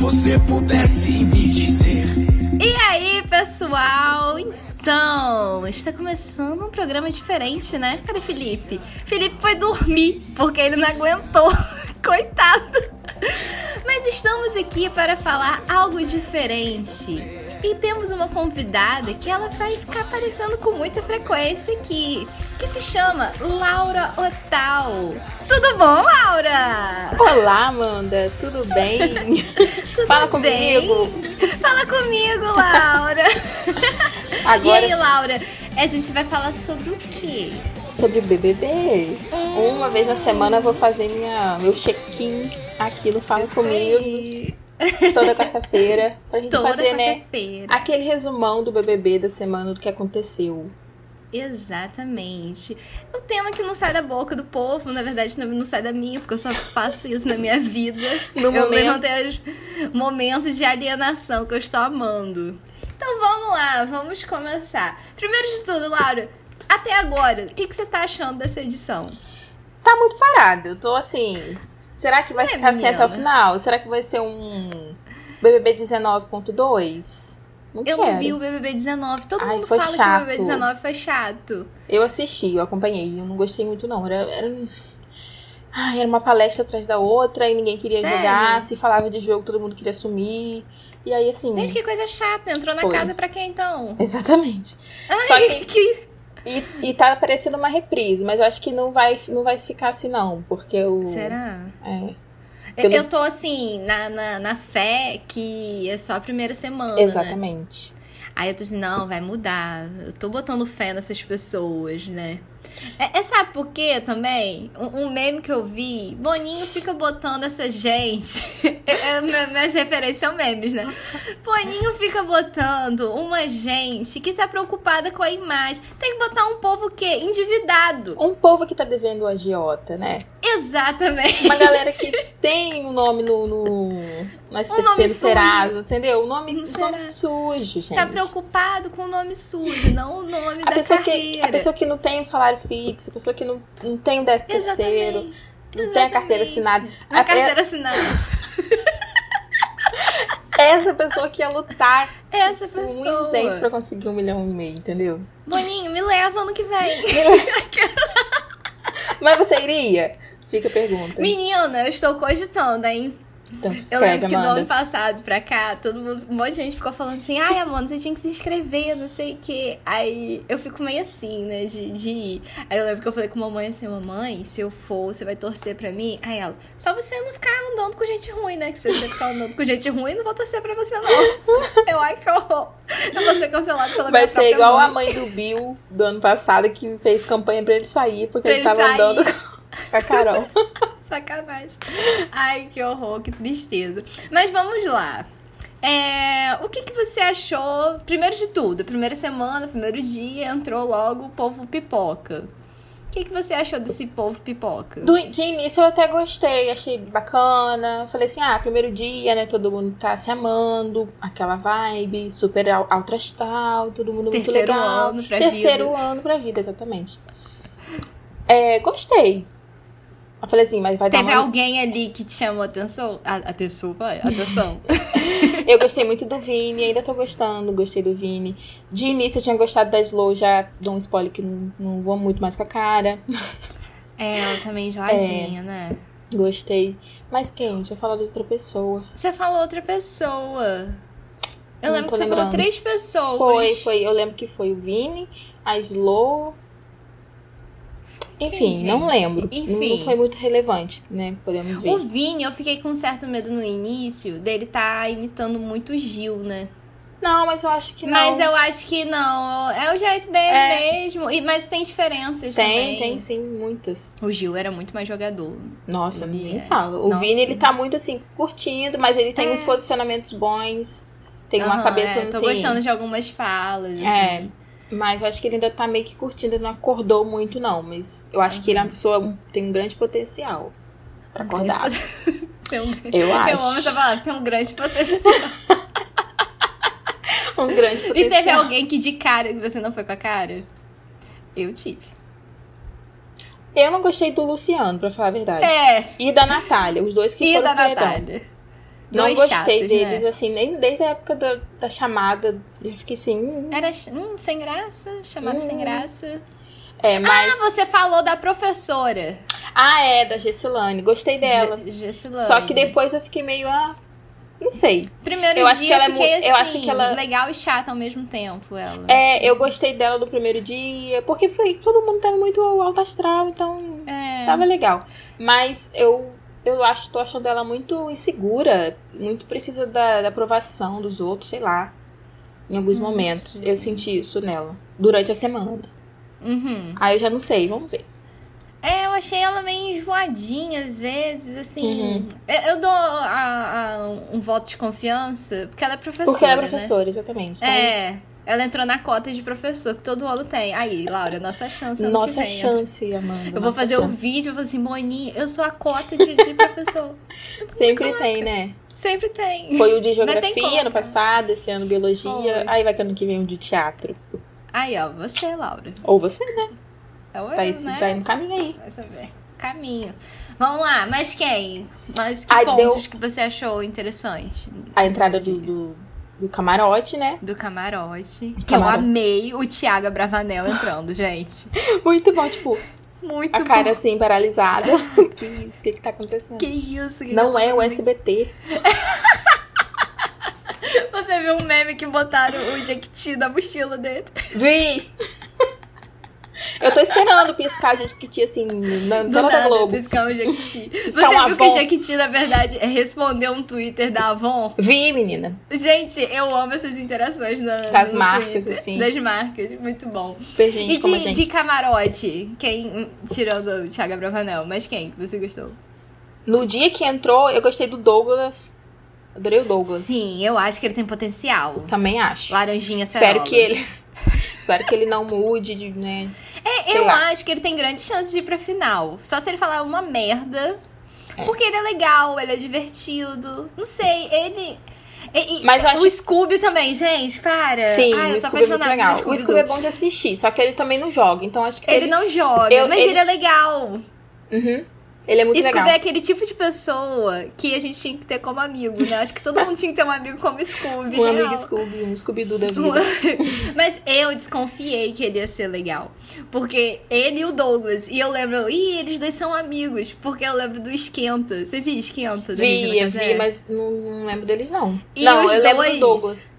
você pudesse me dizer. E aí, pessoal? Então, está começando um programa diferente, né? Cadê Felipe? Felipe foi dormir porque ele não aguentou. Coitado. Mas estamos aqui para falar algo diferente. E temos uma convidada que ela vai ficar aparecendo com muita frequência aqui, que se chama Laura Otal. Tudo bom, Laura? Olá, Amanda, tudo bem? Tudo Fala bem? comigo. Fala comigo, Laura. Agora E aí, Laura, a gente vai falar sobre o quê? sobre BBB. Hum. Uma vez na semana eu vou fazer minha, meu check-in aqui no Fala Comigo, toda quarta-feira, pra gente Toda fazer, né? quarta-feira. Aquele resumão do BBB da semana, do que aconteceu. Exatamente. O tema que não sai da boca do povo, na verdade, não, não sai da minha, porque eu só faço isso na minha vida. No eu momento. levantei os momentos de alienação que eu estou amando. Então vamos lá, vamos começar. Primeiro de tudo, Laura, até agora, o que, que você tá achando dessa edição? Tá muito parado, eu tô assim. Será que vai É, ficar assim até o menina. final? Será que vai ser um BBB 19.2? Não Eu quero. não vi o BBB 19. Todo Ai, mundo foi fala que chato. o BBB 19 foi chato. Eu assisti, eu acompanhei, eu não gostei muito não. Era, era... um- Ai, era uma palestra atrás da outra e ninguém queria Sério? jogar. Se falava de jogo, todo mundo queria sumir. E aí, assim. Gente, que coisa chata. Entrou na Foi. casa pra quê então? Exatamente. Só que. que... E, e tá parecendo uma reprise, mas eu acho que não vai, não vai ficar assim, não. Porque o. Será? É, Eu- Pelo- Eu tô assim, na, na, na fé que é só a primeira semana. né? exatamente. Aí eu tô assim, não, vai mudar. Eu tô botando fé nessas pessoas, né? É, é, sabe por quê também? Um, um meme que eu vi, Boninho fica botando essa gente. É, é, me- minhas referências são memes, né? Boninho fica botando uma gente que tá preocupada com a imagem. Tem que botar um povo o quê? Endividado. Um povo que tá devendo a agiota, né? Exatamente. Uma galera que tem um nome no. no... No SPC, Um nome no sujo. Serasa, entendeu? O nome, No um Serasa. nome sujo, gente. Tá preocupado com o nome sujo, não o nome A da pessoa, que, carreira. a pessoa que não tem um salário fixo, a pessoa que não, não tem um décimo terceiro, Exatamente. não tem a carteira assinada. A A- carteira assinada. é Essa pessoa que ia lutar Essa com um muitos pessoa. dentes pra conseguir um milhão e meio, entendeu? Boninho, me leva ano que vem. Mas você iria? Fica a pergunta. Menina, eu estou cogitando, hein? Então se Eu inscreve, lembro que do ano Amanda. passado pra cá, todo mundo, um monte de gente ficou falando assim, ai, Amanda, você tinha que se inscrever, não sei o quê. Aí eu fico meio assim, né, de, de ir. Aí eu lembro que eu falei com mamãe assim, mamãe, se eu for, você vai torcer pra mim? Aí ela, só você não ficar andando com gente ruim, né? Que se você ficar andando com gente ruim, eu não vou torcer pra você, não. eu, ai, que horror. Eu vou ser cancelada pela minha Vai ser própria igual mãe. a mãe do Bill do ano passado que fez campanha pra ele sair, porque Pra ele, ele tava sair. andando com a Carol. Sacanagem. Ai, que horror, que tristeza. Mas vamos lá. É, o que, que você achou? Primeiro de tudo, primeira semana, primeiro dia, entrou logo o povo pipoca. O que, que você achou desse povo pipoca? Do- de início eu até gostei, achei bacana. Falei assim, ah, primeiro dia, né? Todo mundo tá se amando, aquela vibe, super al- alto astral, todo mundo Terceiro muito legal. ano pra Terceiro vida. ano pra vida, exatamente. É, gostei. Eu falei assim, mas vai Teve dar uma... alguém ali que te chamou atenção? A- atenção, vai, atenção. Eu gostei muito do Vini, ainda tô gostando, gostei do Vini. De início eu tinha gostado da Slow, já dou um spoiler que não, não vou muito mais com a cara. é, ela também joadinha, né? Gostei. Mas quem? Deixa eu falar de outra pessoa. Você falou outra pessoa. Eu Não lembro tô que você falou lembrando. três pessoas. Foi, foi. Eu lembro que foi o Vini, a Slow. Enfim, não gente? lembro. Não- Enfim. Não foi muito relevante, né? Podemos ver. O Vini, eu fiquei com um certo medo no início dele tá imitando muito o Gil, né? Não, mas é eu acho que não. Mas eu acho que não. É o jeito dele É. mesmo. E, mas tem diferenças Tem, também. tem sim, muitas. O Gil era muito mais jogador. Nossa, Ele nem é. fala. O Nossa. Vini, ele tá muito assim, curtindo, mas ele tem É. uns posicionamentos bons. Tem uma Aham, cabeça é, no Tô assim. gostando de algumas falas. É. assim. Mas eu acho que ele ainda tá meio que curtindo, ele não acordou muito, não. Mas eu acho que ele é uma pessoa, tem um grande potencial pra Tem esse acordar. poten- Tem um grande... Eu Um Eu amo essa acho. palavra, tem um grande potencial. Um grande potencial. E teve alguém que de cara, que você não foi com a cara? Eu tive. Eu não gostei do Luciano, pra falar a verdade. É, E da Natália, os dois que e foram da pro paredão. Natália. Não Dois gostei chatos, deles, né? assim, nem desde a época da, da chamada. Eu fiquei assim. hum. Era ch- hum, sem graça, chamada Hum. sem graça. É, mas. Ah, você falou da professora. Ah, é, da Gessilane. Gostei dela. Ge- Gessilane. Só que depois eu fiquei meio. Ah, não sei. Primeiro eu dia acho que ela é eu fiquei mu- assim, eu acho que ela- legal e chata ao mesmo tempo, ela. É, eu gostei dela do primeiro dia, porque foi. Todo mundo tava muito alto astral, então. É. Tava legal. Mas eu. Eu acho, tô achando ela muito insegura, muito precisa da, da aprovação dos outros, sei lá. Em alguns Não momentos. sei. Eu senti isso nela. Durante a semana. Uhum. Aí eu já não sei, vamos ver. É, eu achei ela meio enjoadinha às vezes, assim. Uhum. Eu, eu dou a- a um voto de confiança, porque ela é professora. Porque ela é né? professora, exatamente. Então, É, ela entrou na cota de professor que todo ano tem. Aí, Laura, nossa chance. Ano que Nossa vem. chance, Amanda. Eu vou nossa fazer o chance. vídeo e vou assim, Moni, eu sou a cota de, de professor. Sempre tem, né? Sempre tem. Foi o de Mas tem como. geografia ano passado, esse ano biologia. Foi. Aí vai que ano que vem o de teatro. Aí, ó, você, Laura. Ou você, né? É o Tá, eu, esse, né? tá no caminho aí. Vai saber. Caminho. Vamos lá, mas quem? Mas que Ai, pontos que você achou interessante? A entrada do, do, do camarote, né? Do camarote. Que eu Camarote. amei o Thiago Bravanel entrando, gente. Muito bom, tipo, Muito a cara assim, paralisada. que isso? O que que tá acontecendo? bom. Que isso, que Não é o SBT. Você viu um meme que botaram o Jequiti na mochila dele? Vi! Eu tô esperando piscar gente que tinha assim na Do tela da nada, Globo. piscar o Jequiti. Você Piscar um viu que o Avon. Jequiti, na verdade, respondeu um Twitter da Avon? Vi, menina. Gente, eu amo essas interações na, Das no marcas, Twitter. assim. Das marcas, muito bom. Super gente, e como a de, gente. de camarote, quem. Tirando o Thiago Bravanel, mas quem que você gostou? No dia que entrou, eu gostei do Douglas. Adorei o Douglas. Sim, eu acho que ele tem potencial. Também acho. Laranjinha, Espero cerola. que ele. Espero que ele não mude, de, né? É, sei eu lá. acho que ele tem grandes chances de ir pra final. Só se ele falar uma merda. Porque ele é legal, ele é divertido. Não sei, ele. e- e- Mas eu acho O Scooby também, gente, para. Sim, Ai, Ah, eu tô o Scooby é muito apaixonada legal. do O Scooby. Scooby é bom de assistir, só que ele também não joga. Então acho que se Ele não joga, Eu- mas ele- ele... é legal. Uhum. Ele é muito Scooby é legal. aquele tipo de pessoa que a gente tinha que ter como amigo, né? Acho que todo mundo tinha que ter um amigo como Scooby. Um real. amigo Scooby, um Scooby-Doo da vida. Mas eu desconfiei que ele ia ser legal. Porque ele e o Douglas. E eu lembro, ih, eles dois são amigos. Porque eu lembro do Esquenta. Você viu Esquenta? da Regina Via, Casé? vi, mas não, não lembro deles, não. E não, os eu lembro dois? do Douglas.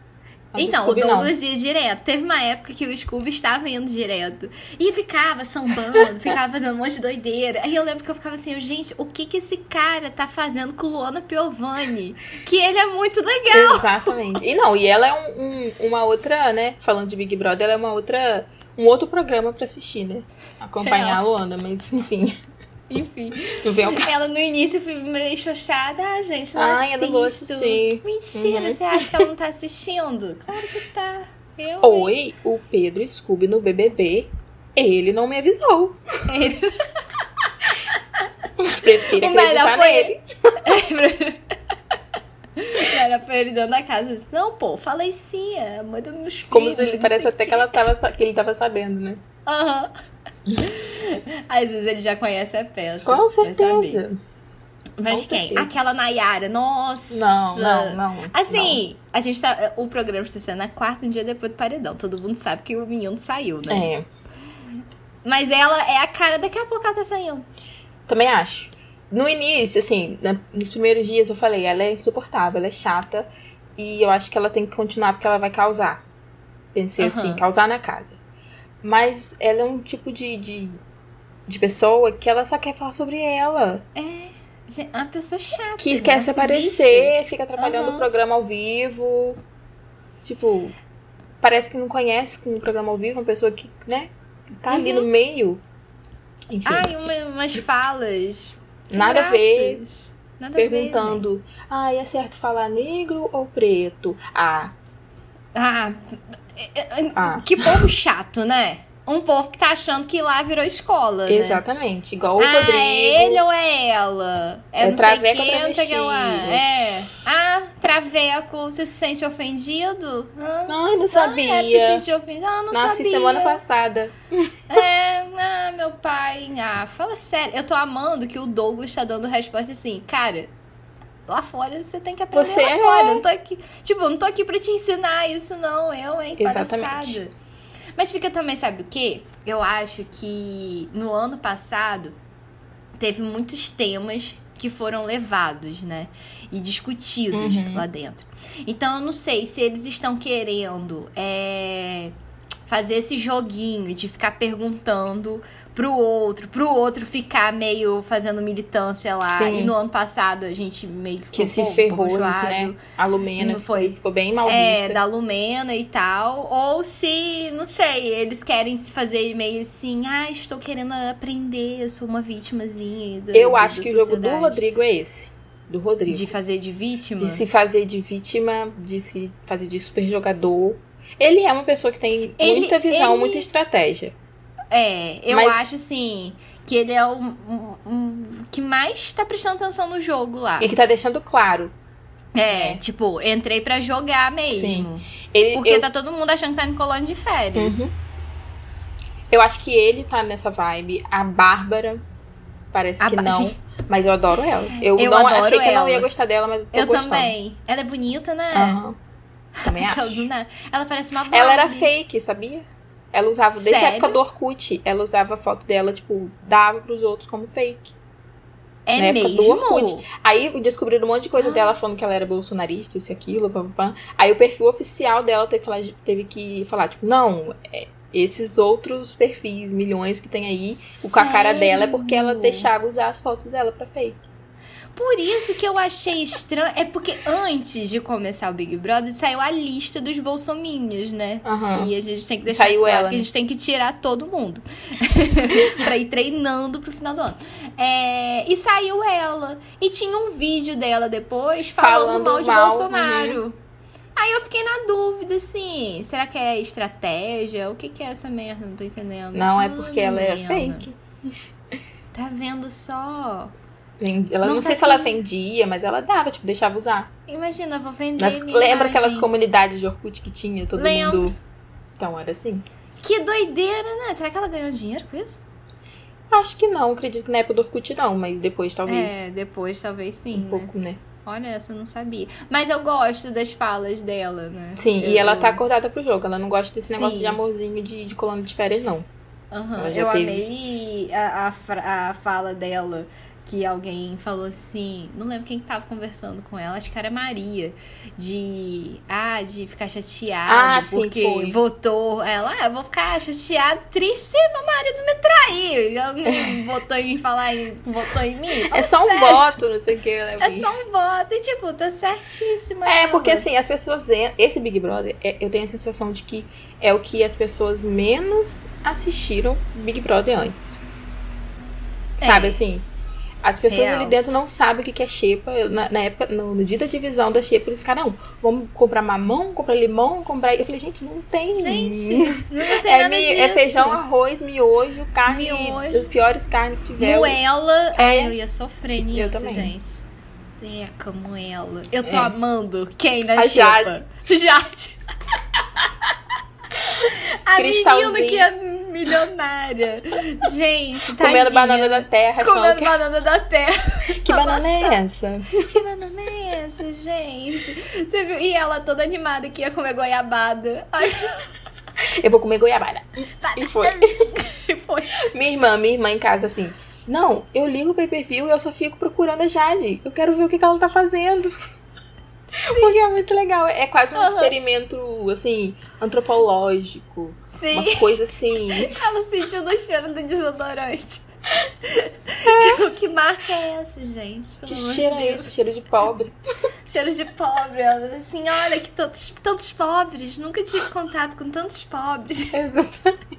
Mas Então, Scooby, o não. Douglas ia direto. Teve uma época que o Scooby estava indo direto. E ficava sambando, ficava fazendo um monte de doideira. Aí eu lembro que eu ficava assim, gente, o que que esse cara tá fazendo com Luana Piovani? Que ele é muito legal. Exatamente. E não, e ela é um- um- uma outra, né? Falando de Big Brother, ela é uma outra. Um outro programa pra assistir, né? Acompanhar a Luanda, mas enfim, Enfim. não vem ao caso. Ela no início foi meio xoxada. Ah, gente, não Ai, eu assisto. não vou assistir. Mentira, Uhum. você acha que ela não tá assistindo? Claro que tá. Eu. hein? Oi, o Pedro Scooby no BBB. Ele não me avisou. Ele- Prefiro O melhor acreditar foi nele. Era pra ele dando a casa. Eu disse, Não, pô, falei sim, é, manda meus filhos. Como se ele não parece sei até o que, ela tava, sa- que ele tava sabendo, né? Aham. Às vezes ele já conhece a peça. Com já sabe. certeza. Mas Com quem? certeza. Aquela Nayara, nossa. Não, não, não. Assim, a gente tá. O programa está sendo na quarta, um dia depois do paredão. Todo mundo sabe que o menino saiu, não. né? É, Mas ela é a cara, daqui a pouco ela tá saindo. também acho. No início, assim, na- nos primeiros dias eu falei, ela é insuportável, ela é chata. E eu acho que ela tem que continuar porque ela vai causar. Pensei Aham. assim, causar na casa. Mas ela é um tipo de, de, de pessoa que ela só quer falar sobre ela. Gente, é uma pessoa chata. que né? quer Narcisista. se aparecer, fica atrapalhando Aham. o programa ao vivo. Tipo, parece que não conhece um programa ao vivo, uma pessoa que, né, Uhum. tá ali no meio. Enfim, Ai, uma- umas falas. sem Nada a ver. graças. Nada a ver, né? perguntando: ah, é certo falar negro ou preto? Ah, Ah, ah. que povo chato, né? Um povo que tá achando que lá virou escola, né? Exatamente, igual o ah, Rodrigo. é ele ou é ela? É, É não sei traveco quem, ou não sei quem lá. travesti. É. Ah, traveco, você se sente ofendido? Ah, Não, eu não sabia. Ah, é, porque se sente ofendido. Ah, não Nossa, sabia. semana passada. É, ah, meu pai. Ah, fala sério. Eu tô amando que o Douglas tá dando resposta assim, cara. Lá fora você tem que aprender Você lá é. fora. Eu Não tô aqui, tipo, eu não tô aqui pra te ensinar isso, não. Eu, hein, Exatamente. palhaçada. Mas fica também, sabe o quê? Eu acho que no ano passado teve muitos temas que foram levados, né? E discutidos Uhum. lá dentro. Então eu não sei se eles estão querendo é, fazer esse joguinho de ficar perguntando pro outro, pro outro ficar meio fazendo militância lá. Sim. E no ano passado a gente meio que ficou Que se um pouco ferrou nisso, enjoado. né? A Lumena Não foi. ficou bem mal É, vista. da Lumena e tal. Ou se, não sei, eles querem se fazer meio assim, ah, estou querendo aprender, eu sou uma vítimazinha. da- Eu da- acho da que o jogo do sociedade." Rodrigo é esse. Do Rodrigo. De fazer de vítima? De se fazer de vítima, de se fazer de super jogador. Ele é uma pessoa que tem Ele- muita visão, ele- muita estratégia. É, eu Mas- acho assim que ele é o um- um- que mais tá prestando atenção no jogo lá. E que tá deixando claro. É, tipo, entrei pra jogar mesmo. Ele, Porque eu, tá todo mundo achando que tá em colônia de férias. Uhum. eu acho que ele tá nessa vibe. A Bárbara parece A que Bá- não. Mas eu adoro ela. Eu, Eu não adoro achei que eu não ela. ia gostar dela, mas eu tô Eu gostando. também. Ela é bonita, né? Aham. Também Aquela do acho. nada. Ela parece uma Barbie. Ela era fake, sabia? Ela usava, desde a Sério? época do Orkut, ela usava a foto dela, tipo, dava pros outros como fake. na É época né? do mesmo? Orkut. Aí descobriram um monte de Ah. coisa dela falando que ela era bolsonarista, isso e aquilo, pam, pam, pam. Aí o perfil oficial dela teve que falar, teve que falar tipo, não, é, esses outros perfis, milhões que tem aí, o com a cara Sério? dela é porque ela deixava usar as fotos dela pra fake. Por isso que eu achei estranho. É porque antes de começar o Big Brother, saiu a lista dos bolsominhos, né? Aham. Que a gente tem que deixar Ah. Saiu claro ela, que a né? gente tem que tirar todo mundo. pra ir treinando pro final do ano. É, e saiu ela. E tinha um vídeo dela depois falando, Falando mal de mal, uhum. Bolsonaro. Aí eu fiquei na dúvida, assim, será que é estratégia? O que, que é essa merda? Não tô entendendo. Não, é Ah, porque ela é menina. fake. Tá vendo só? Vendi- Ela Não não, sei se sabia. ela vendia, mas ela dava, tipo, deixava usar. Imagina, eu vou vender Nas- minha lembra aquelas imagem. comunidades de Orkut que tinha, todo Lembro. mundo. Então era assim. Que doideira, né? Será que ela ganhou dinheiro com isso? Acho que não, acredito que na época do Orkut não, mas depois talvez. É, depois talvez sim, um né? pouco, né? Olha, essa eu não sabia. Mas eu gosto das falas dela, né? Sim, eu... e ela tá acordada pro jogo. Ela não gosta desse negócio Sim. de amorzinho de, de colônia de férias, não. Aham, ela já Eu teve. amei a, a, fra- a fala dela. Que alguém falou assim, não lembro quem que tava conversando com ela, acho que era Maria, de ah, de ficar chateada Ah, sim, porque foi. votou. Ela, ah, eu vou ficar chateada, triste se meu marido me traiu. E alguém votou em mim falar, em- votou em mim. é só um voto, não sei o que. É só um voto e, tipo, tá certíssima. É, ela. porque assim, as pessoas. en- Esse Big Brother, é- eu tenho a sensação de que é o que as pessoas menos assistiram Big Brother antes. É. Sabe assim? As pessoas Real. ali dentro não sabem o que que é xepa. Eu, na, na época, no, no dia da divisão da xepa, eles ficaram, não, vamos comprar mamão, comprar limão, comprar. Eu falei, gente, não tem. Gente, não tem É, nada mi- disso. é feijão, arroz, miojo, carne, Miojo. das piores carnes que tiver. Moela. É. Ai, eu ia sofrer nisso, Eu também. gente. Eca, moela. Eu tô É. amando quem na A xepa? Jade. A menina Cristalzinho. que é milionária. Gente, tá Comendo banana da terra, achando Comendo que- banana da terra. que, banana é essa? Que banana é essa, gente? Você viu? E ela toda animada que ia comer goiabada. Ai, Eu vou comer goiabada. E foi. que foi. Minha irmã, minha irmã em casa, assim. Não, eu ligo o pay per view e eu só fico procurando a Jade. Eu quero ver o que, que ela tá fazendo. Porque é muito legal. É quase um Aham. experimento, assim, antropológico. Sim. Uma coisa assim. Ela sentiu o cheiro do desodorante. tipo, que marca é essa, gente? Pelo Que amor de cheiro é Deus. esse? Cheiro de pobre. Cheiro de pobre. Ela falou assim, olha que tantos, tantos pobres. Nunca tive contato com tantos pobres. Exatamente.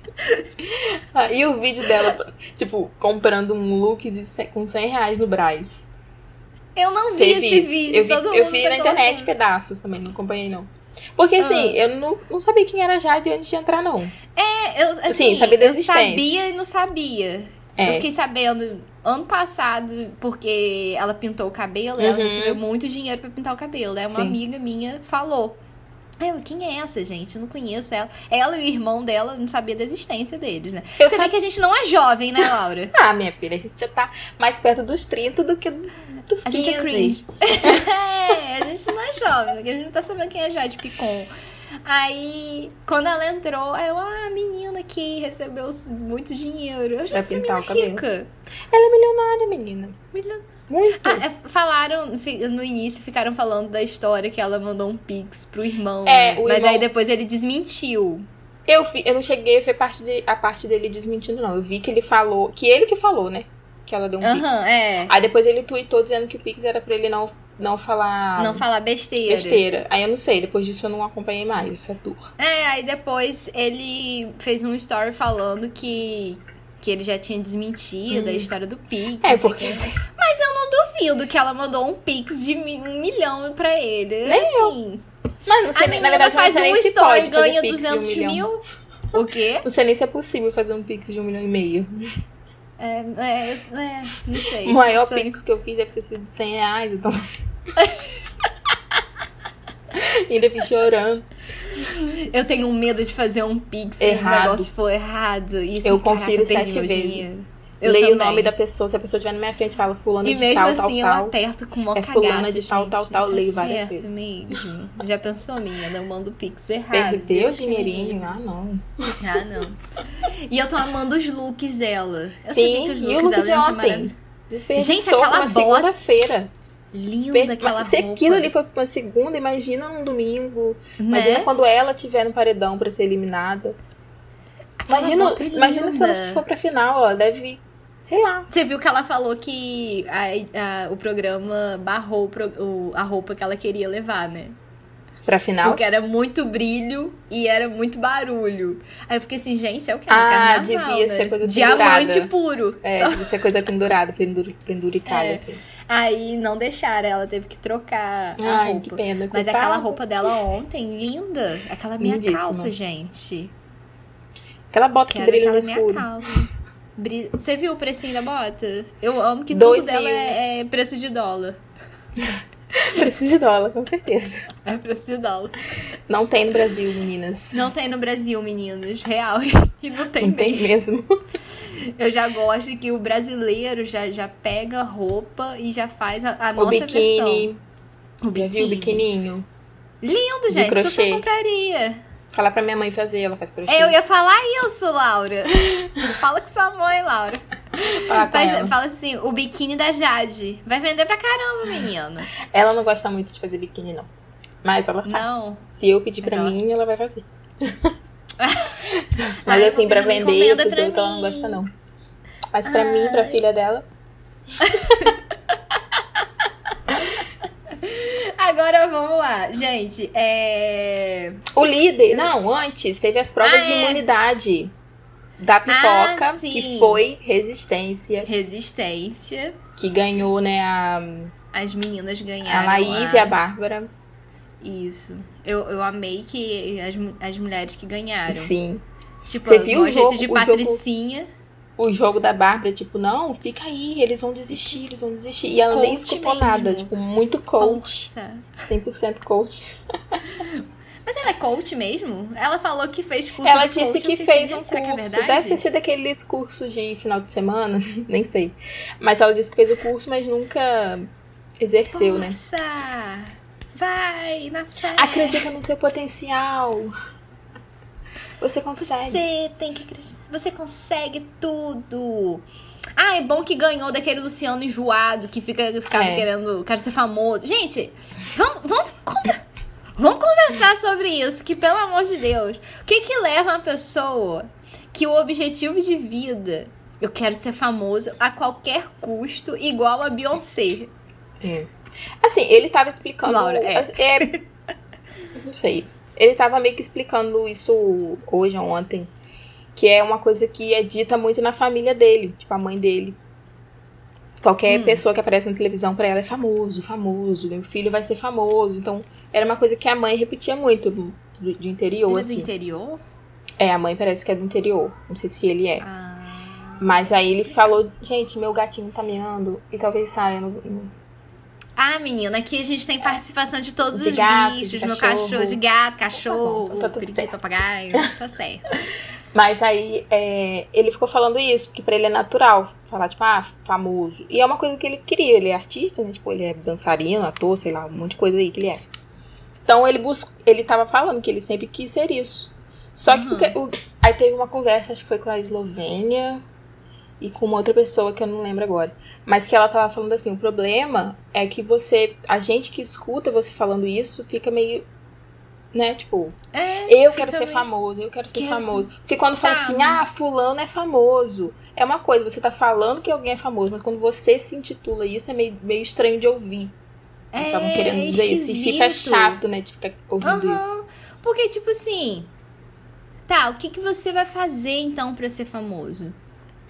Ah, e o vídeo dela, tipo, comprando um look de cem- com 100 reais no Braz. Eu não vi Teve esse isso. vídeo. Eu vi, todo eu mundo vi tá na internet colocando. Ah. pedaços também, não acompanhei não. Porque assim, eu não, não sabia quem era a Jade antes de entrar, não. É, eu, assim, Sim, sabia da eu existência. sabia e não sabia. Eu É. fiquei sabendo ano passado, porque ela pintou o cabelo, ela Uhum. recebeu muito dinheiro pra pintar o cabelo. Aí uma Sim. amiga minha falou. Aí Eu, quem é essa, gente? Eu não conheço ela. Ela e o irmão dela não sabia da existência deles, né? Eu Você sabia vê que a gente não é jovem, né, Laura? Ah, minha filha, a gente já tá mais perto dos 30 do que dos A 15. gente é cringe. é, a gente não é jovem, né? que a gente não tá sabendo quem é Jade Picon. Aí, quando ela entrou, aí eu, ah, a menina que recebeu muito dinheiro. Eu já Pra disse pintar menina o cabelo. rica. Ela é milionária, menina. Milionária. Muito. Ah, é, falaram, fi- no início ficaram falando da história que ela mandou um pix pro irmão. É, né? o Mas irmão- aí depois ele desmentiu. Eu, vi- eu não cheguei a ver parte de- a parte dele desmentindo, não. Eu vi que ele falou. Que ele que falou, né? Que ela deu um Aham, pix. é. Aí depois ele tweetou dizendo que o pix era pra ele não, não falar Não falar besteira. Ah, besteira. Aí eu não sei, depois disso eu não acompanhei mais essa tour. É, aí depois ele fez um story falando que, que ele já tinha desmentido a história do Pix. Uhum. É, não sei o porque quê. Duvido que ela mandou um Pix de mi- um milhão pra ele. Nem assim, Mas não sei, a nem- menina na verdade, eu faz não sei um nem se story pode e fazer ganha pix de um 200 milhão. mil. O quê? Não sei nem se é possível fazer um pix de um milhão e meio. É, é, é, não sei. O maior Isso aí- pix que eu fiz deve ter sido 100 reais, então. Ainda fiz chorando. Eu tenho medo de fazer um Pix e Errado. o negócio for errado. E assim, Eu confiro caraca, perdi sete meu vezes. dinheiro. Eu Leio o também. nome da pessoa. Se a pessoa estiver na minha frente, fala fulano E de mesmo tal, assim tal, eu tal. aperto com uma É cagaça, fulana de tal, gente, tal, tal, não tá leio várias certo vezes. mesmo. Já pensou, minha? Eu mando pix errado. Perdeu o Ah, Deus dinheirinho. que Ah, não. me livre. Ah, não. E eu tô amando os looks dela. Eu sabia Sim, que os e looks o look dela de iam ser ontem? maravilhosos. Desperdiçou Gente, aquela uma bota- segunda-feira. Linda Desper- aquela Se roupa. aquilo ali foi pra uma segunda, imagina um domingo. Imagina né? quando ela tiver no paredão pra ser eliminada. Aquela Imagina, bota é imagina se ela linda. for pra final, ó. Deve, sei lá. Você viu que ela falou que a- a- o programa barrou o pro- o- a roupa que ela queria levar, né? Pra final. Porque era muito brilho e era muito barulho. Aí eu fiquei assim, gente, é o que? Ah, carnaval, devia né? ser coisa Diamante pendurada. puro. É, Só isso é coisa pendurada, penduri, penduricada, É. assim. Aí não deixaram, ela teve que trocar a Ai, que roupa. pena. Mas coitada. aquela roupa dela ontem, linda. Aquela minha Lindíssima. calça, gente. Aquela bota que Quero brilha no aquela minha escuro. calça. Bri- Você viu o precinho da bota? Eu amo que Dois tudo dela mil. é, é preço de dólar. Preço de dólar, com certeza. É preço de dólar. Não tem no Brasil, meninas. Não tem no Brasil, meninos. Real. E não tem Não tem mesmo. mesmo. Eu já gosto que o brasileiro já, já pega roupa e já faz a, a O nossa versão. biquíni. O Já viu o biquininho? Lindo, de gente. Super crochê. compraria. Falar pra minha mãe fazer, ela faz crochê. É, Eu ia falar isso, Laura. Fala com sua mãe, Laura. Falar com Faz- ela. fala assim, o biquíni da Jade. Vai vender pra caramba, menina. Ela não gosta muito de fazer biquíni, não. Mas ela faz. Não. Se eu pedir pra Mas ela- mim, ela vai fazer. Mas Ai, assim, vou pra pedir uma vender, eu encomenda pra presumo que ela não mim. gosta, não. Mas pra mim, pra filha dela, Agora vamos lá. Gente, é. O líder, não, antes teve as provas Ah, de é. imunidade da pipoca, Ah, sim. que foi resistência, Resistência. que ganhou, né, a, As meninas ganharam. a lá. Laís e a Bárbara. Isso. Eu, eu amei que as, mu- as mulheres que ganharam. Sim. Tipo, Você viu igual o a gente de jogo- o jogo- Patricinha. O jogo da Bárbara, tipo, não, fica aí, eles vão desistir, eles vão desistir. E ela nem Coach escutou mesmo. nada, tipo, muito coach, Força. 100% coach. Mas ela é coach mesmo? Ela falou que fez curso ela de disse coach, eu que pensei, fez gente, um será que é curso, verdade? deve ter sido aqueles cursos de final de semana, nem sei. Mas ela disse que fez o curso, mas nunca exerceu, né? Força! Vai, na fé! Acredita no seu potencial. Você consegue. Você tem que acreditar. Você consegue tudo. Ah, é bom que ganhou daquele Luciano enjoado que fica, ficava É. querendo. Quero ser famoso. Gente, vamos, vamos, con- vamos conversar sobre isso. Que pelo amor de Deus. O que que leva uma pessoa que o objetivo de vida. Eu quero ser famoso a qualquer custo, igual a Beyoncé. Assim, ele tava explicando. É. Laura, é. as- é- não sei. Ele tava meio que explicando isso hoje ou ontem. Que é uma coisa que é dita muito na família dele, tipo a mãe dele. Qualquer Hum. pessoa que aparece na televisão pra ela é famoso, famoso, meu filho vai ser famoso. Então, era uma coisa que a mãe repetia muito do, do- de interior, Ele é do assim. interior? É, a mãe parece que é do interior. Não sei se ele é. Ah. Mas aí ele falou, gente, meu gatinho tá meando e talvez saia no, no- Ah, menina, aqui a gente tem participação de todos De os gato, de bichos, meu cachorro. cachorro, de gato, cachorro, Então tá tudo periquito, certo. papagaio, tá certo. Mas aí é, ele ficou falando isso, porque pra ele é natural falar, tipo, ah, famoso. E é uma coisa que ele queria, ele é artista, né? Tipo, ele é dançarino, ator, sei lá, um monte de coisa aí que ele é. Então ele bus... ele tava falando que ele sempre quis ser isso. Só que Uhum. porque o- aí teve uma conversa, acho que foi com a Eslovênia e com uma outra pessoa que eu não lembro agora. Mas que ela tava falando assim, o problema é que você, a gente que escuta você falando isso, fica meio, né, tipo, É, eu fica quero ser meio- famoso, eu quero ser Quero ser- famoso. Porque quando fala Tá, assim, né? ah, fulano é famoso, é uma coisa, você tá falando que alguém é famoso, mas quando você se intitula isso, é meio, meio estranho de ouvir. Eles estavam É, querendo dizer isso. E fica esquisito. chato, né, de ficar ouvindo Aham. isso. Porque, tipo assim. Tá, o que, que você vai fazer então pra ser famoso?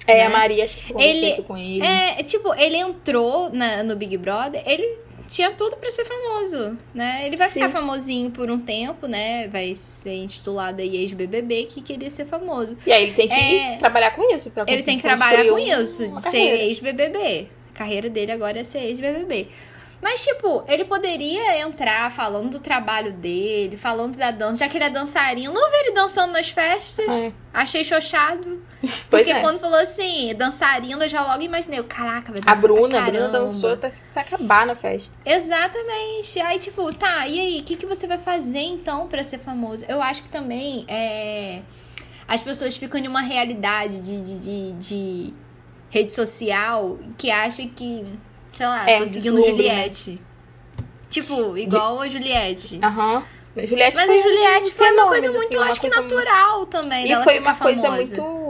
É, né? a Maria, acho que ficou conversando Ele- isso com ele. É, tipo, ele entrou na- no Big Brother, ele tinha tudo pra ser famoso, né? Ele vai Sim. ficar famosinho por um tempo, né? Vai ser intitulado aí ex-BBB que queria ser famoso. E aí ele tem que É. trabalhar com isso. Pra Ele tem que conseguir trabalhar com construir um- isso, uma de ser carreira. ex-BBB. A carreira dele agora é ser ex-BBB. Mas, tipo, ele poderia entrar falando do trabalho dele, falando da dança, já que ele é dançarino. Não vi ele dançando nas festas. É. Achei xoxado. Pois porque é. quando falou assim, dançarino, eu já logo imaginei. eu, Caraca, vai A dançar pra Bruna, a Bruna caramba." dançou até se acabar na festa. Exatamente. Aí, tipo, tá, e aí, o que, que você vai fazer então pra ser famoso? Eu acho que também é, as pessoas ficam em uma realidade de, de, de- de rede social que acha que, sei lá, É, tô um seguindo deslumbre, Juliette. Tipo, igual a Juliette. Aham. Mas Juliette Mas a foi um Juliette foi uma fenômeno, coisa assim, muito, uma acho que coisa muito- natural também. E dela foi ficar uma coisa famosa. muito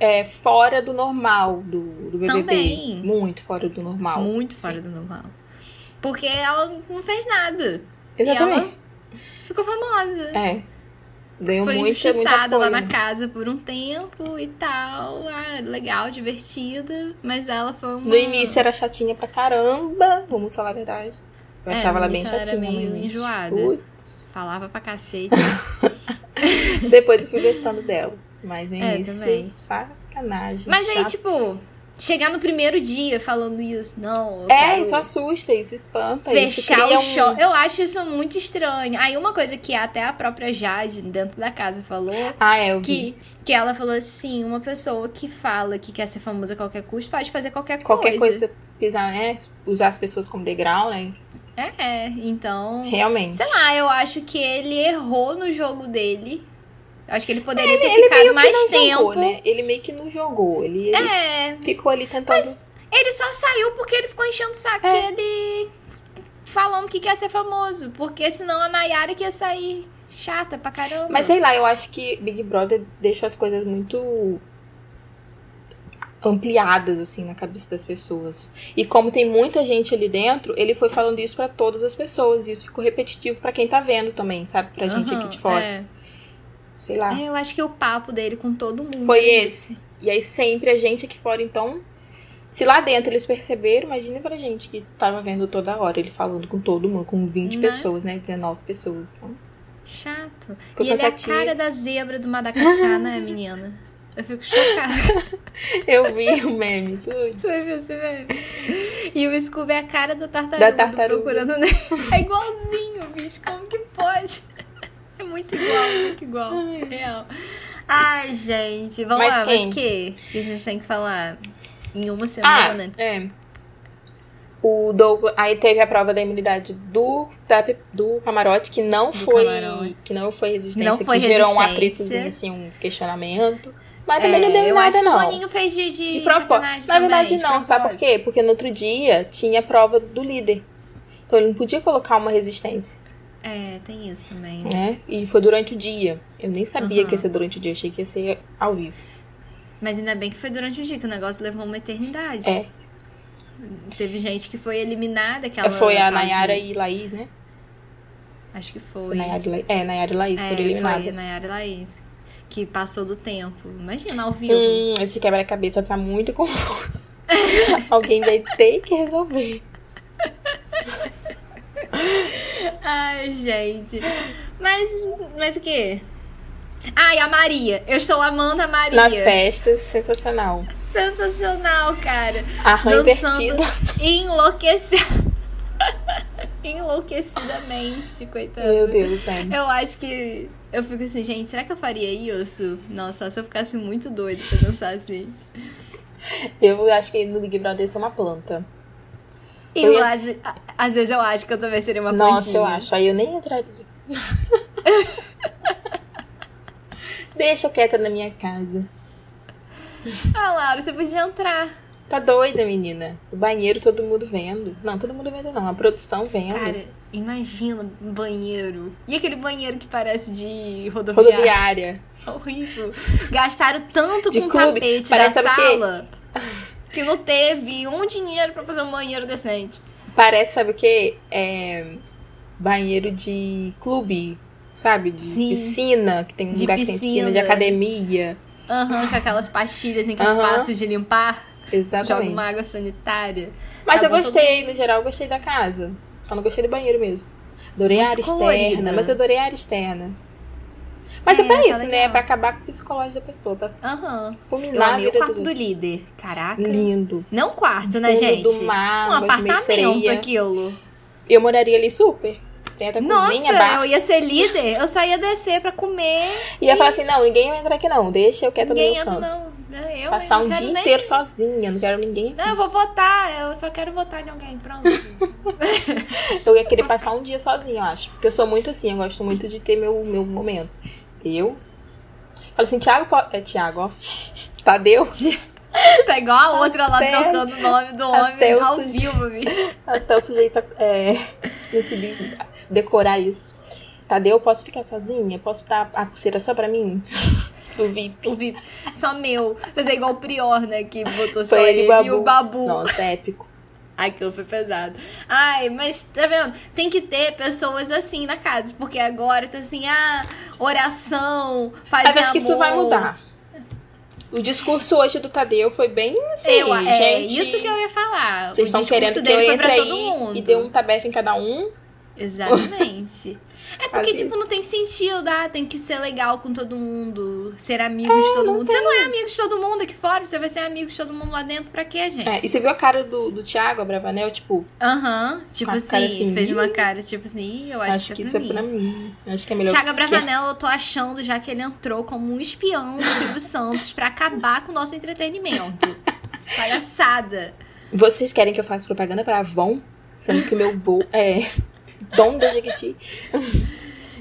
é, fora do normal do, do BBB. Também. Muito fora do normal. Muito fora assim. do normal. Porque ela não fez nada. Exatamente. Ficou famosa. É. Ganhou foi muito, é injustiçada muito lá apoio. na casa por um tempo e tal. Ah, legal, divertida. Mas ela foi uma. No início era chatinha pra caramba, vamos falar a verdade. Eu É, achava no ela bem início ela era chatinha. no meio início. enjoada. Putz. Falava pra cacete. Depois eu fui gostando dela. Mas no É, início, também. sacanagem. Tá mas aí, chato. tipo, chegar no primeiro dia falando isso, não. eu É, quero isso assusta, isso espanta. isso Fechar cria o um- show. Eu acho isso muito estranho. Aí, uma coisa que até a própria Jade, dentro da casa, falou. Ah, é, eu vi. Que, que ela falou assim: uma pessoa que fala que quer ser famosa a qualquer custo pode fazer qualquer, Qualquer coisa, você pisar, né? Usar as pessoas como degrau, né? É, então. Realmente. Sei lá, eu acho que ele errou no jogo dele. Eu acho que ele poderia ter Ele meio ficado que mais não tempo. jogou, né? Ele meio que não jogou. Ele, ele É. ficou ali tentando. Ele só saiu porque ele ficou enchendo o saco É. dele falando que quer ser famoso. Porque senão a Nayara que ia sair chata pra caramba. Mas sei lá, eu acho que Big Brother deixa as coisas muito ampliadas assim na cabeça das pessoas. E como tem muita gente ali dentro, ele foi falando isso pra todas as pessoas e isso ficou repetitivo pra quem tá vendo também, sabe? Pra gente aqui de Aham, fora. É. Sei lá. É, eu acho que o papo dele com todo mundo. Foi é esse. E aí sempre a gente aqui fora, então, se lá dentro eles perceberam, imagina pra gente que tava vendo toda hora ele falando com todo mundo, com 20 Né? pessoas, né? 19 pessoas. Então, Chato. Ficou e ele é a cansativo. cara da zebra do Madagascar, né, menina? Eu fico chocada. Eu vi o meme, tudo. Você viu esse meme? E o Scooby é a cara da tartaruga, Da tartaruga. do procurando Nemo. É igualzinho, bicho. Como que pode? É muito igual, muito igual. Real. Ai, gente. Vamos Mas lá, quem? mas o que? Que a gente tem que falar em uma Ah, semana. né? é. O Douglas, aí teve a prova da imunidade do, da- do camarote, que não Do foi camarão. que não foi resistência, Não foi que gerou um resistência. atritozinho, assim, um questionamento. Mas também não É, deu eu em nada, acho não. que o Boninho fez de, de, De propósito. sacanagem Na verdade, também, é de não. Sabe por propósito. quê? Porque no outro dia tinha a prova do líder. Então ele não podia colocar uma resistência, É, tem isso também. né? né? E foi durante o dia. Eu nem sabia Aham. que ia ser durante o dia, achei que ia ser ao vivo. Mas ainda bem que foi durante o dia, que o negócio levou uma eternidade. É. Teve gente que foi eliminada, que ela É, foi tal a de- Nayara e Laís, né? Acho que foi. Nayara e Laís. É, Nayara e Laís É, foram eliminadas. Foi Nayara e Laís, que passou do tempo. Imagina, ao vivo. Hum, esse quebra-cabeça tá muito confuso. Alguém vai ter que resolver. Ai, gente. Mas, mas o quê? Ai, a Maria. Eu estou amando a Maria. Nas festas, sensacional. Sensacional, cara. Arranha Dançando. invertida. Enlouquecida. Enlouquecidamente, coitada. Meu Deus, né? Eu acho que Eu fico assim, gente, será que eu faria isso? Nossa, se eu ficasse muito doido pra dançar assim. Eu acho que no Big Brother ia ser uma planta. Eu Eu ia- acho, a- às vezes eu acho que eu também seria uma Nossa, eu plantinha. acho. Aí eu nem entraria. Deixa eu quieta na minha casa. Ah, Laura, você podia entrar. Tá doida, menina. O banheiro todo mundo vendo. Não, todo mundo vendo não. A produção vendo. Cara, imagina um banheiro. E aquele banheiro que parece de rodoviária. Rodoviária. Horrível. Gastaram tanto De com o clube. tapete Parece, da sabe o quê? sala que não teve um dinheiro pra fazer um banheiro decente. Parece, sabe o quê? É... Banheiro de clube, sabe? De Sim. piscina, que tem um De lugar que tem piscina, de piscina. academia. Aham, com aquelas pastilhas assim que é Aham. fácil de limpar. Joga Exatamente. uma água sanitária. Mas Tá eu bom, gostei, no geral, eu gostei da casa. Só não gostei do banheiro mesmo. Adorei a área Muito colorida. externa, mas eu adorei a área externa. Mas é, É, pra tá isso, né? É legal. pra acabar com o psicológico da pessoa, pra Aham. Eu fulminar a amei o vida quarto do... do líder. Caraca. Lindo. Não quarto, né, Fundo gente? do mar, um um negócio meio apartamento sereia. aquilo. Eu moraria ali super. Tem até Nossa, cozinha, bar. eu ia ser líder, eu só ia descer pra comer. E ia falar assim, não, ninguém vai entrar aqui não. Deixa eu quieto no ninguém meu entra, canto. não. Não, Eu Passar não um quero dia nem- inteiro sozinha, não quero ninguém. Não, eu vou votar, eu só quero votar em alguém, pronto. Eu ia querer passar um dia sozinha, eu acho. Porque eu sou muito assim, eu gosto muito de ter meu, meu momento. Eu. Falo assim, Thiago. po- É Thiago, ó. Tadeu. tá igual a outra lá Até- trocando o nome do até homem eu ao sou- vivo, bicho. Até o sujeito é, decidir decorar isso. Tadeu, eu posso ficar sozinha? Posso dar a pulseira só pra mim? Do VIP. O VIP. Só meu. Fazer igual o Prior, né? Que botou só ele ele, e e o Babu. Babu. Nossa, é épico. Aquilo foi pesado. Ai, mas tá vendo? Tem que ter pessoas assim na casa, porque agora tá assim, ah, oração, paz Mas e acho que isso amor. vai mudar. O discurso hoje do Tadeu foi bem assim, Eu, é gente. isso que eu ia falar. Vocês o estão discurso querendo que dele eu foi entre pra todo aí mundo. e dê um tabefe em cada um? Exatamente. É porque, Quase tipo, não tem sentido, ah, tem que ser legal com todo mundo, ser amigo de todo mundo. Você não é amigo de todo mundo aqui fora, você vai ser amigo de todo mundo lá dentro, pra quê, É, e gente? você viu a cara do, do Thiago, a Bravanel? Tipo, Aham, tipo Com a assim, cara assim, fez uma "Ih, cara, tipo assim, "Ih, eu acho, acho, que, que é isso pra é pra mim. mim. Acho que é melhor. Thiago que- Bravanel, eu tô achando já que ele entrou como um espião do Silvio Santos pra acabar com o nosso entretenimento. Palhaçada. Vocês querem que eu faça propaganda pra Avon? Sendo que o meu voo é. Dom da Jequiti.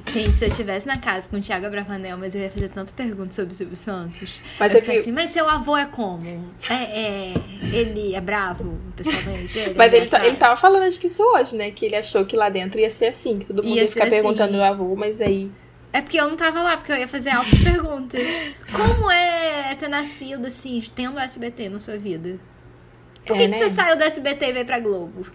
Gente, se eu estivesse na casa com o Thiago Bravanel, mas eu ia fazer tanta pergunta sobre o Silvio Santos. Mas eu eu ia ficar vi- assim, mas seu avô é como? É, é, ele é bravo, pessoalmente? Ele é Mas ele, tá- ele engraçado?" tava falando, acho que isso hoje, né? Que ele achou que lá dentro ia ser assim, que todo mundo Ia ia, ser ficar assim. perguntando do avô, mas aí. É porque eu não tava lá, porque eu ia fazer altas perguntas. Como é ter nascido, assim, tendo SBT na sua vida? Por que, é, que né? você saiu do SBT e veio pra Globo?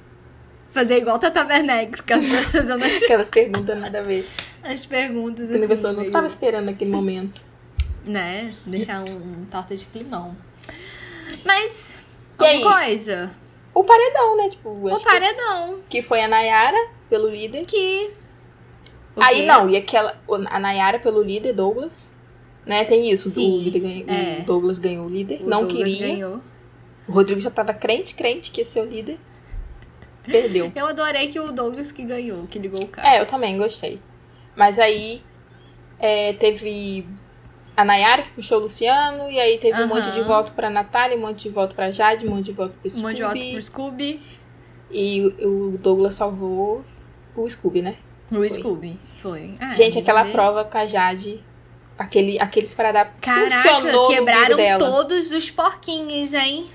Fazer igual Tata Werneck, que ela tá fazendo as, Aquelas perguntas nada a ver. as perguntas Quando a assim. pessoa não meio- tava esperando aquele momento. Né? Deixar um, um torta de climão. Mas, E aí? alguma coisa. O paredão, né? Tipo, O acho paredão, que foi a Nayara pelo líder. que... O Aí quê? não, e aquela. A Nayara pelo líder, Douglas. Né? Tem isso. Sim, o, líder ganha- é. o Douglas ganhou o líder. O não Douglas queria. ganhou. O Rodrigo já tava crente, crente que ia ser o líder. Perdeu. Eu adorei que o Douglas que ganhou, que ligou o carro. É, eu também gostei. Mas aí é, teve a Nayara que puxou o Luciano, e aí teve um Aham. monte de voto pra Natália, um monte de voto pra Jade, um monte de voto pro um Scooby. monte de voto pro Scooby. E o o Douglas salvou o Scooby, né? Pro Foi. Scooby. Foi. Ah, Gente, ninguém aquela vê. prova com a Jade, aquele, aqueles paradá Caraca, funcionou no quebraram umbigo dela. todos os porquinhos, hein?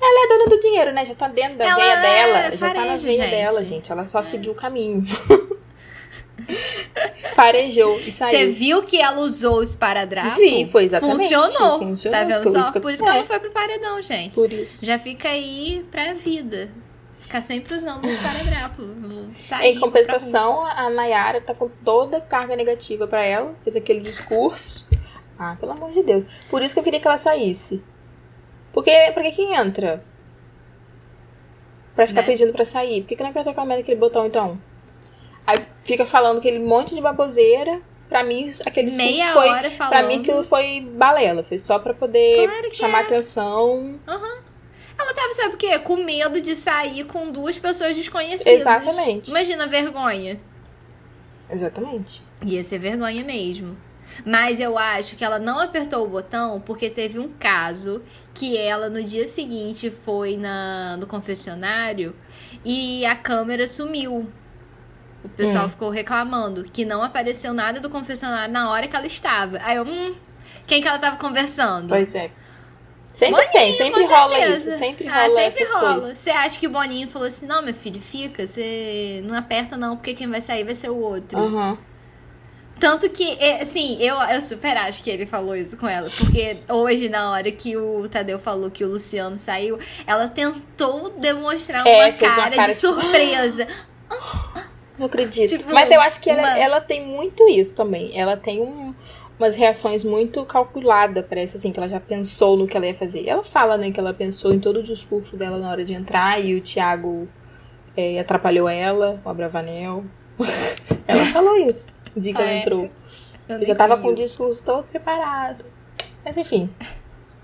Ela é dona do dinheiro, né? Já tá dentro da Ela veia é dela. já tá na farejo, veia gente. É. dela, gente. Ela só seguiu o caminho. Farejou e Você saiu. viu que ela usou o esparadrapo? Vi, foi exatamente. Funcionou. Funcionou, Tá vendo por só? isso que eu- Por isso que ela é. não foi pro paredão, gente. Por isso. Já fica aí pra vida. Ficar sempre usando o esparadrapo. Vou sair, Em vou pra rua. compensação, a Nayara tá com toda a carga negativa pra ela, fez aquele discurso. Ah, pelo amor de Deus. Por isso que eu queria que ela saísse. Porque, porque quem entra? Pra ficar Né? pedindo pra sair. Por que, que não aperta a merda aquele botão, então? Aí fica falando aquele monte de baboseira. Pra mim, aquele discurso Meia foi... hora falando. Pra mim, aquilo foi balela. Foi só pra poder Claro que chamar é. atenção. Ela tava, sabe o quê? Com medo de sair com duas pessoas desconhecidas. Exatamente. Imagina a vergonha. Exatamente. Ia ser vergonha mesmo. Mas eu acho que ela não apertou o botão porque teve um caso que ela no dia seguinte foi na, no confessionário e a câmera sumiu. O pessoal Hum. ficou reclamando que não apareceu nada do confessionário na hora que ela estava. Aí eu, hum, quem que ela tava conversando? Pois é. Sempre Boninho, tem, sempre com rola certeza. isso. Sempre rola ah, sempre essas rola. coisas. Você acha que o Boninho falou assim: não, meu filho, fica, você não aperta não, porque quem vai sair vai ser o outro. Aham. Tanto que, é, assim, eu, eu super acho que ele falou isso com ela. Porque hoje, na hora que o Tadeu falou que o Luciano saiu, ela tentou demonstrar É, uma, fez uma cara, cara de de- surpresa. Não acredito. Tipo, Mas eu acho que ela, uma- ela tem muito isso também. Ela tem um- umas reações muito calculadas, parece assim, que ela já pensou no que ela ia fazer. Ela fala, né, que ela pensou em todo o discurso dela na hora de entrar e o Thiago é, atrapalhou ela, o Abravanel. ela falou isso no dia que ela Ah, é. entrou. Eu Eu já nem tava vi com o isso. discurso todo preparado. Mas enfim.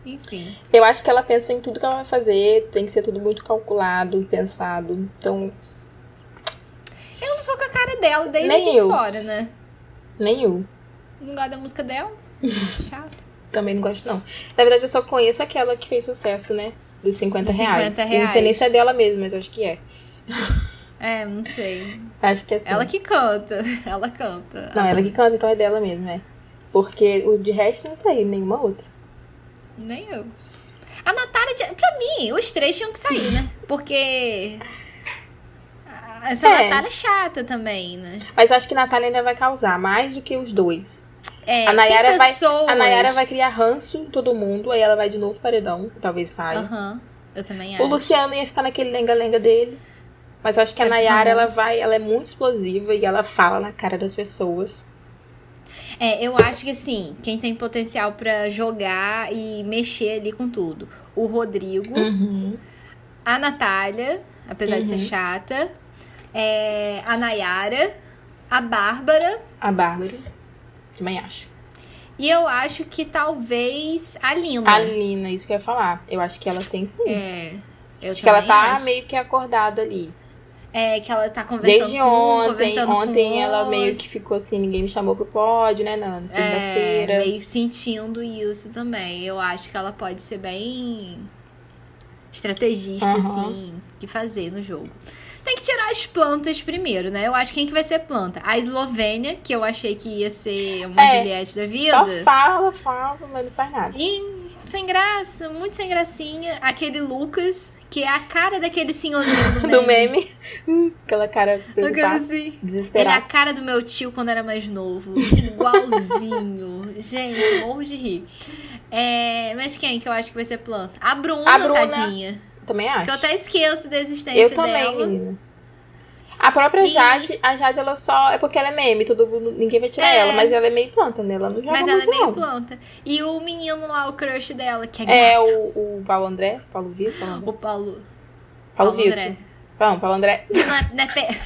Enfim. Eu acho que ela pensa em tudo que ela vai fazer, tem que ser tudo muito calculado, pensado. Então, Eu não vou com a cara dela desde Nem aqui eu. fora, né? nem eu. Não gosto da música dela. Chato. Também não gosto, não. Na verdade, eu só conheço aquela que fez sucesso, né? Dos 50 Dos reais. 50 Eu Não sei nem reais. se é dela mesmo, mas eu acho que é. É, não sei. Acho que é assim. Ela que canta. Ela canta. Não, ela que canta, então é dela mesmo, é. Porque o de resto não sei, nenhuma outra. Nem eu. A Natália, tinha- pra mim, os três tinham que sair, né? Porque. a- Essa É. Natália é chata também, né? Mas acho que a Natália ainda vai causar mais do que os dois. É, A Nayara tem vai- pessoas... A Nayara vai criar ranço em todo mundo, aí ela vai de novo pro paredão, talvez saia. Aham, eu também O acho. Luciano ia ficar naquele lenga-lenga dele. Mas eu acho que a Quero ser Nayara, ela famosa. vai, ela é muito explosiva e ela fala na cara das pessoas. É, eu acho que assim, quem tem potencial pra jogar e mexer ali com tudo. O Rodrigo, Uhum. a Natália, apesar de ser Uhum. chata, é, a Nayara, a Bárbara, A Bárbara. Também acho. e eu acho que talvez a Lina. A Lina, isso que eu ia falar. Eu acho que ela tem sim. É, eu acho que ela também tá acho. meio que acordada ali. É, que ela tá conversando Desde com um, ontem. conversando com Ontem ela outro. meio que ficou assim, ninguém me chamou pro pódio, né, Nana? É, Segunda-feira. meio sentindo isso também. Eu acho que ela pode ser bem estrategista, Aham. assim, que fazer no jogo. Tem que tirar as plantas primeiro, né? Eu acho que quem que vai ser planta? A Eslovênia, que eu achei que ia ser uma É, Juliette da Só vida. fala, fala, mas não faz nada. E sem graça, muito sem gracinha. Aquele Lucas, que é a cara daquele senhorzinho do meme. Do tá. meme. Hum, Aquela cara Aquele preocupada, assim. Ele é a desesperada. cara do meu tio quando era mais novo. Igualzinho. Gente, morro de rir. É, mas quem que eu acho que vai ser planta? A Bruna, A Bruna. tadinha. Também acho. Que eu até esqueço da existência Eu também, dela. menina. A própria E- Jade, a Jade, ela só. É porque ela é meme, todo mundo, ninguém vai tirar É. ela, mas ela é meio planta, né? Ela não joga Mas ela é muito, meio não. planta. E o menino lá, o crush dela, que é gato. É o, o Paulo André, Paulo Vitor, Paulo André. O Paulo, Paulo, Vitor. André. Não, Paulo André. Não é, não é P-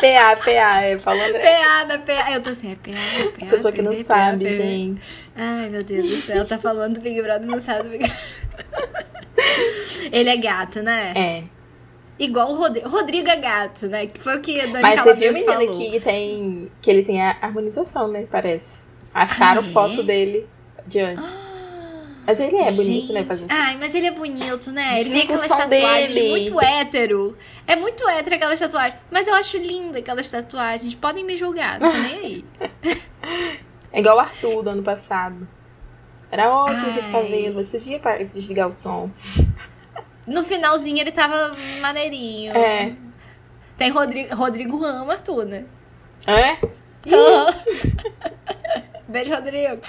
PA, PA, é Paulo André. PA, da PA. Eu tô assim, é PA, é PA. Pessoa que não PV, sabe, PV. gente. Ai, meu Deus do céu. Tá falando do Big Brother, não sabe do Big Brother. Ele é gato, né? É. Igual o Rodrigo. Rodrigo é gato, né? Que foi o que a Dani Mas você viu, Calabresa menina, falou. que tem. Que ele tem a harmonização, né? Parece. Acharam Ah, é? foto dele diante. Mas ele é bonito, né? Gente. Fazendo. Ai, mas ele é bonito, né? Ele tem Desliga o aquelas som tatuagens dele. muito hétero. É muito hétero aquelas tatuagens. Mas eu acho linda aquelas tatuagens. Podem me julgar, não tô nem aí. É igual o Arthur do ano passado. Era ótimo de ficar Ai. vendo, mas podia parar de desligar o som. No finalzinho ele tava maneirinho. É. Tem Rodrigo, Rodrigo ama Arthur, né? É? Beijo, Rodrigo.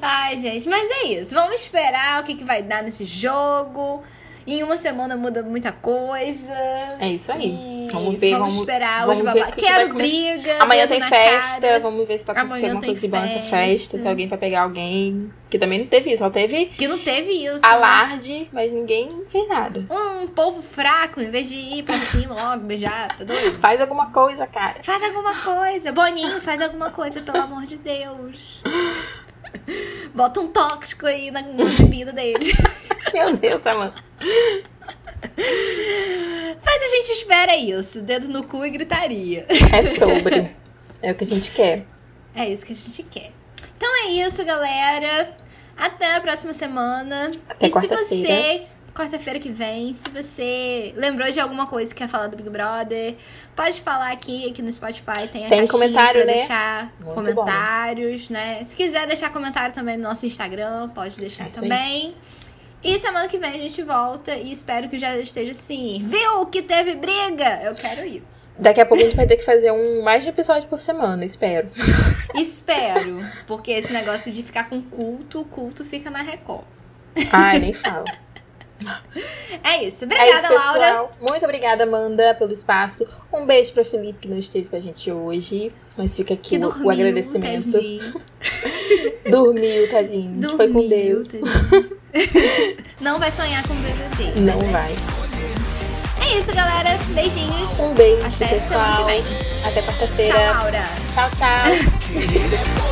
Ai, gente, mas é isso. Vamos esperar o que, que vai dar nesse jogo. Em uma semana muda muita coisa. É isso aí. E Vamos ver, vamos- esperar vamos os ver babá. o que que vai Quero começar. briga. Amanhã dedo tem na festa, cara. vamos ver se tá Amanhã acontecendo alguma tem coisa de bom festa. nessa festa, se alguém vai pegar alguém. Que também não teve isso, só teve Que não teve isso. né? alarde, mas ninguém fez nada. Um povo fraco, em vez de ir pra cima logo, beijar, tá doido? Faz alguma coisa, cara. Faz alguma coisa. Boninho, faz alguma coisa, pelo amor de Deus. Bota um tóxico aí na, na bebida dele. Meu Deus, Amanda. Mas Mas a gente espera isso, dedo no cu e gritaria. É sobre. É o que a gente quer. É isso que a gente quer. Então é isso, galera. Até a próxima semana. Até e se quarta-feira. você. Quarta-feira que vem, se você lembrou de alguma coisa que quer falar do Big Brother, pode falar aqui, aqui no Spotify. Tem, a Tem caixinha comentário, pra né? deixar Muito comentários, né? Se quiser deixar comentário também no nosso Instagram, pode deixar É isso aí. também. E semana que vem a gente volta e espero que já esteja assim. Viu que teve briga? Eu quero isso. Daqui a pouco a gente vai ter que fazer um mais de episódio por semana, espero. Espero, porque esse negócio de ficar com culto, o culto fica na Record. Ai, nem fala. É isso. É isso, Obrigada, pessoal. Laura. Muito obrigada, Amanda, pelo espaço. Um beijo pra Felipe, que não esteve com a gente hoje. Mas fica aqui Que o- dormiu, o agradecimento. tadinho. Dormiu, tadinho. Foi com Dormiu, Deus. tadinho. Não vai sonhar com o BBB. Não mas é vai. isso. É isso, galera. Beijinhos. Um beijo, Até semana pessoal. que vem. Até quarta-feira. Tchau, Laura. Tchau, tchau. querer.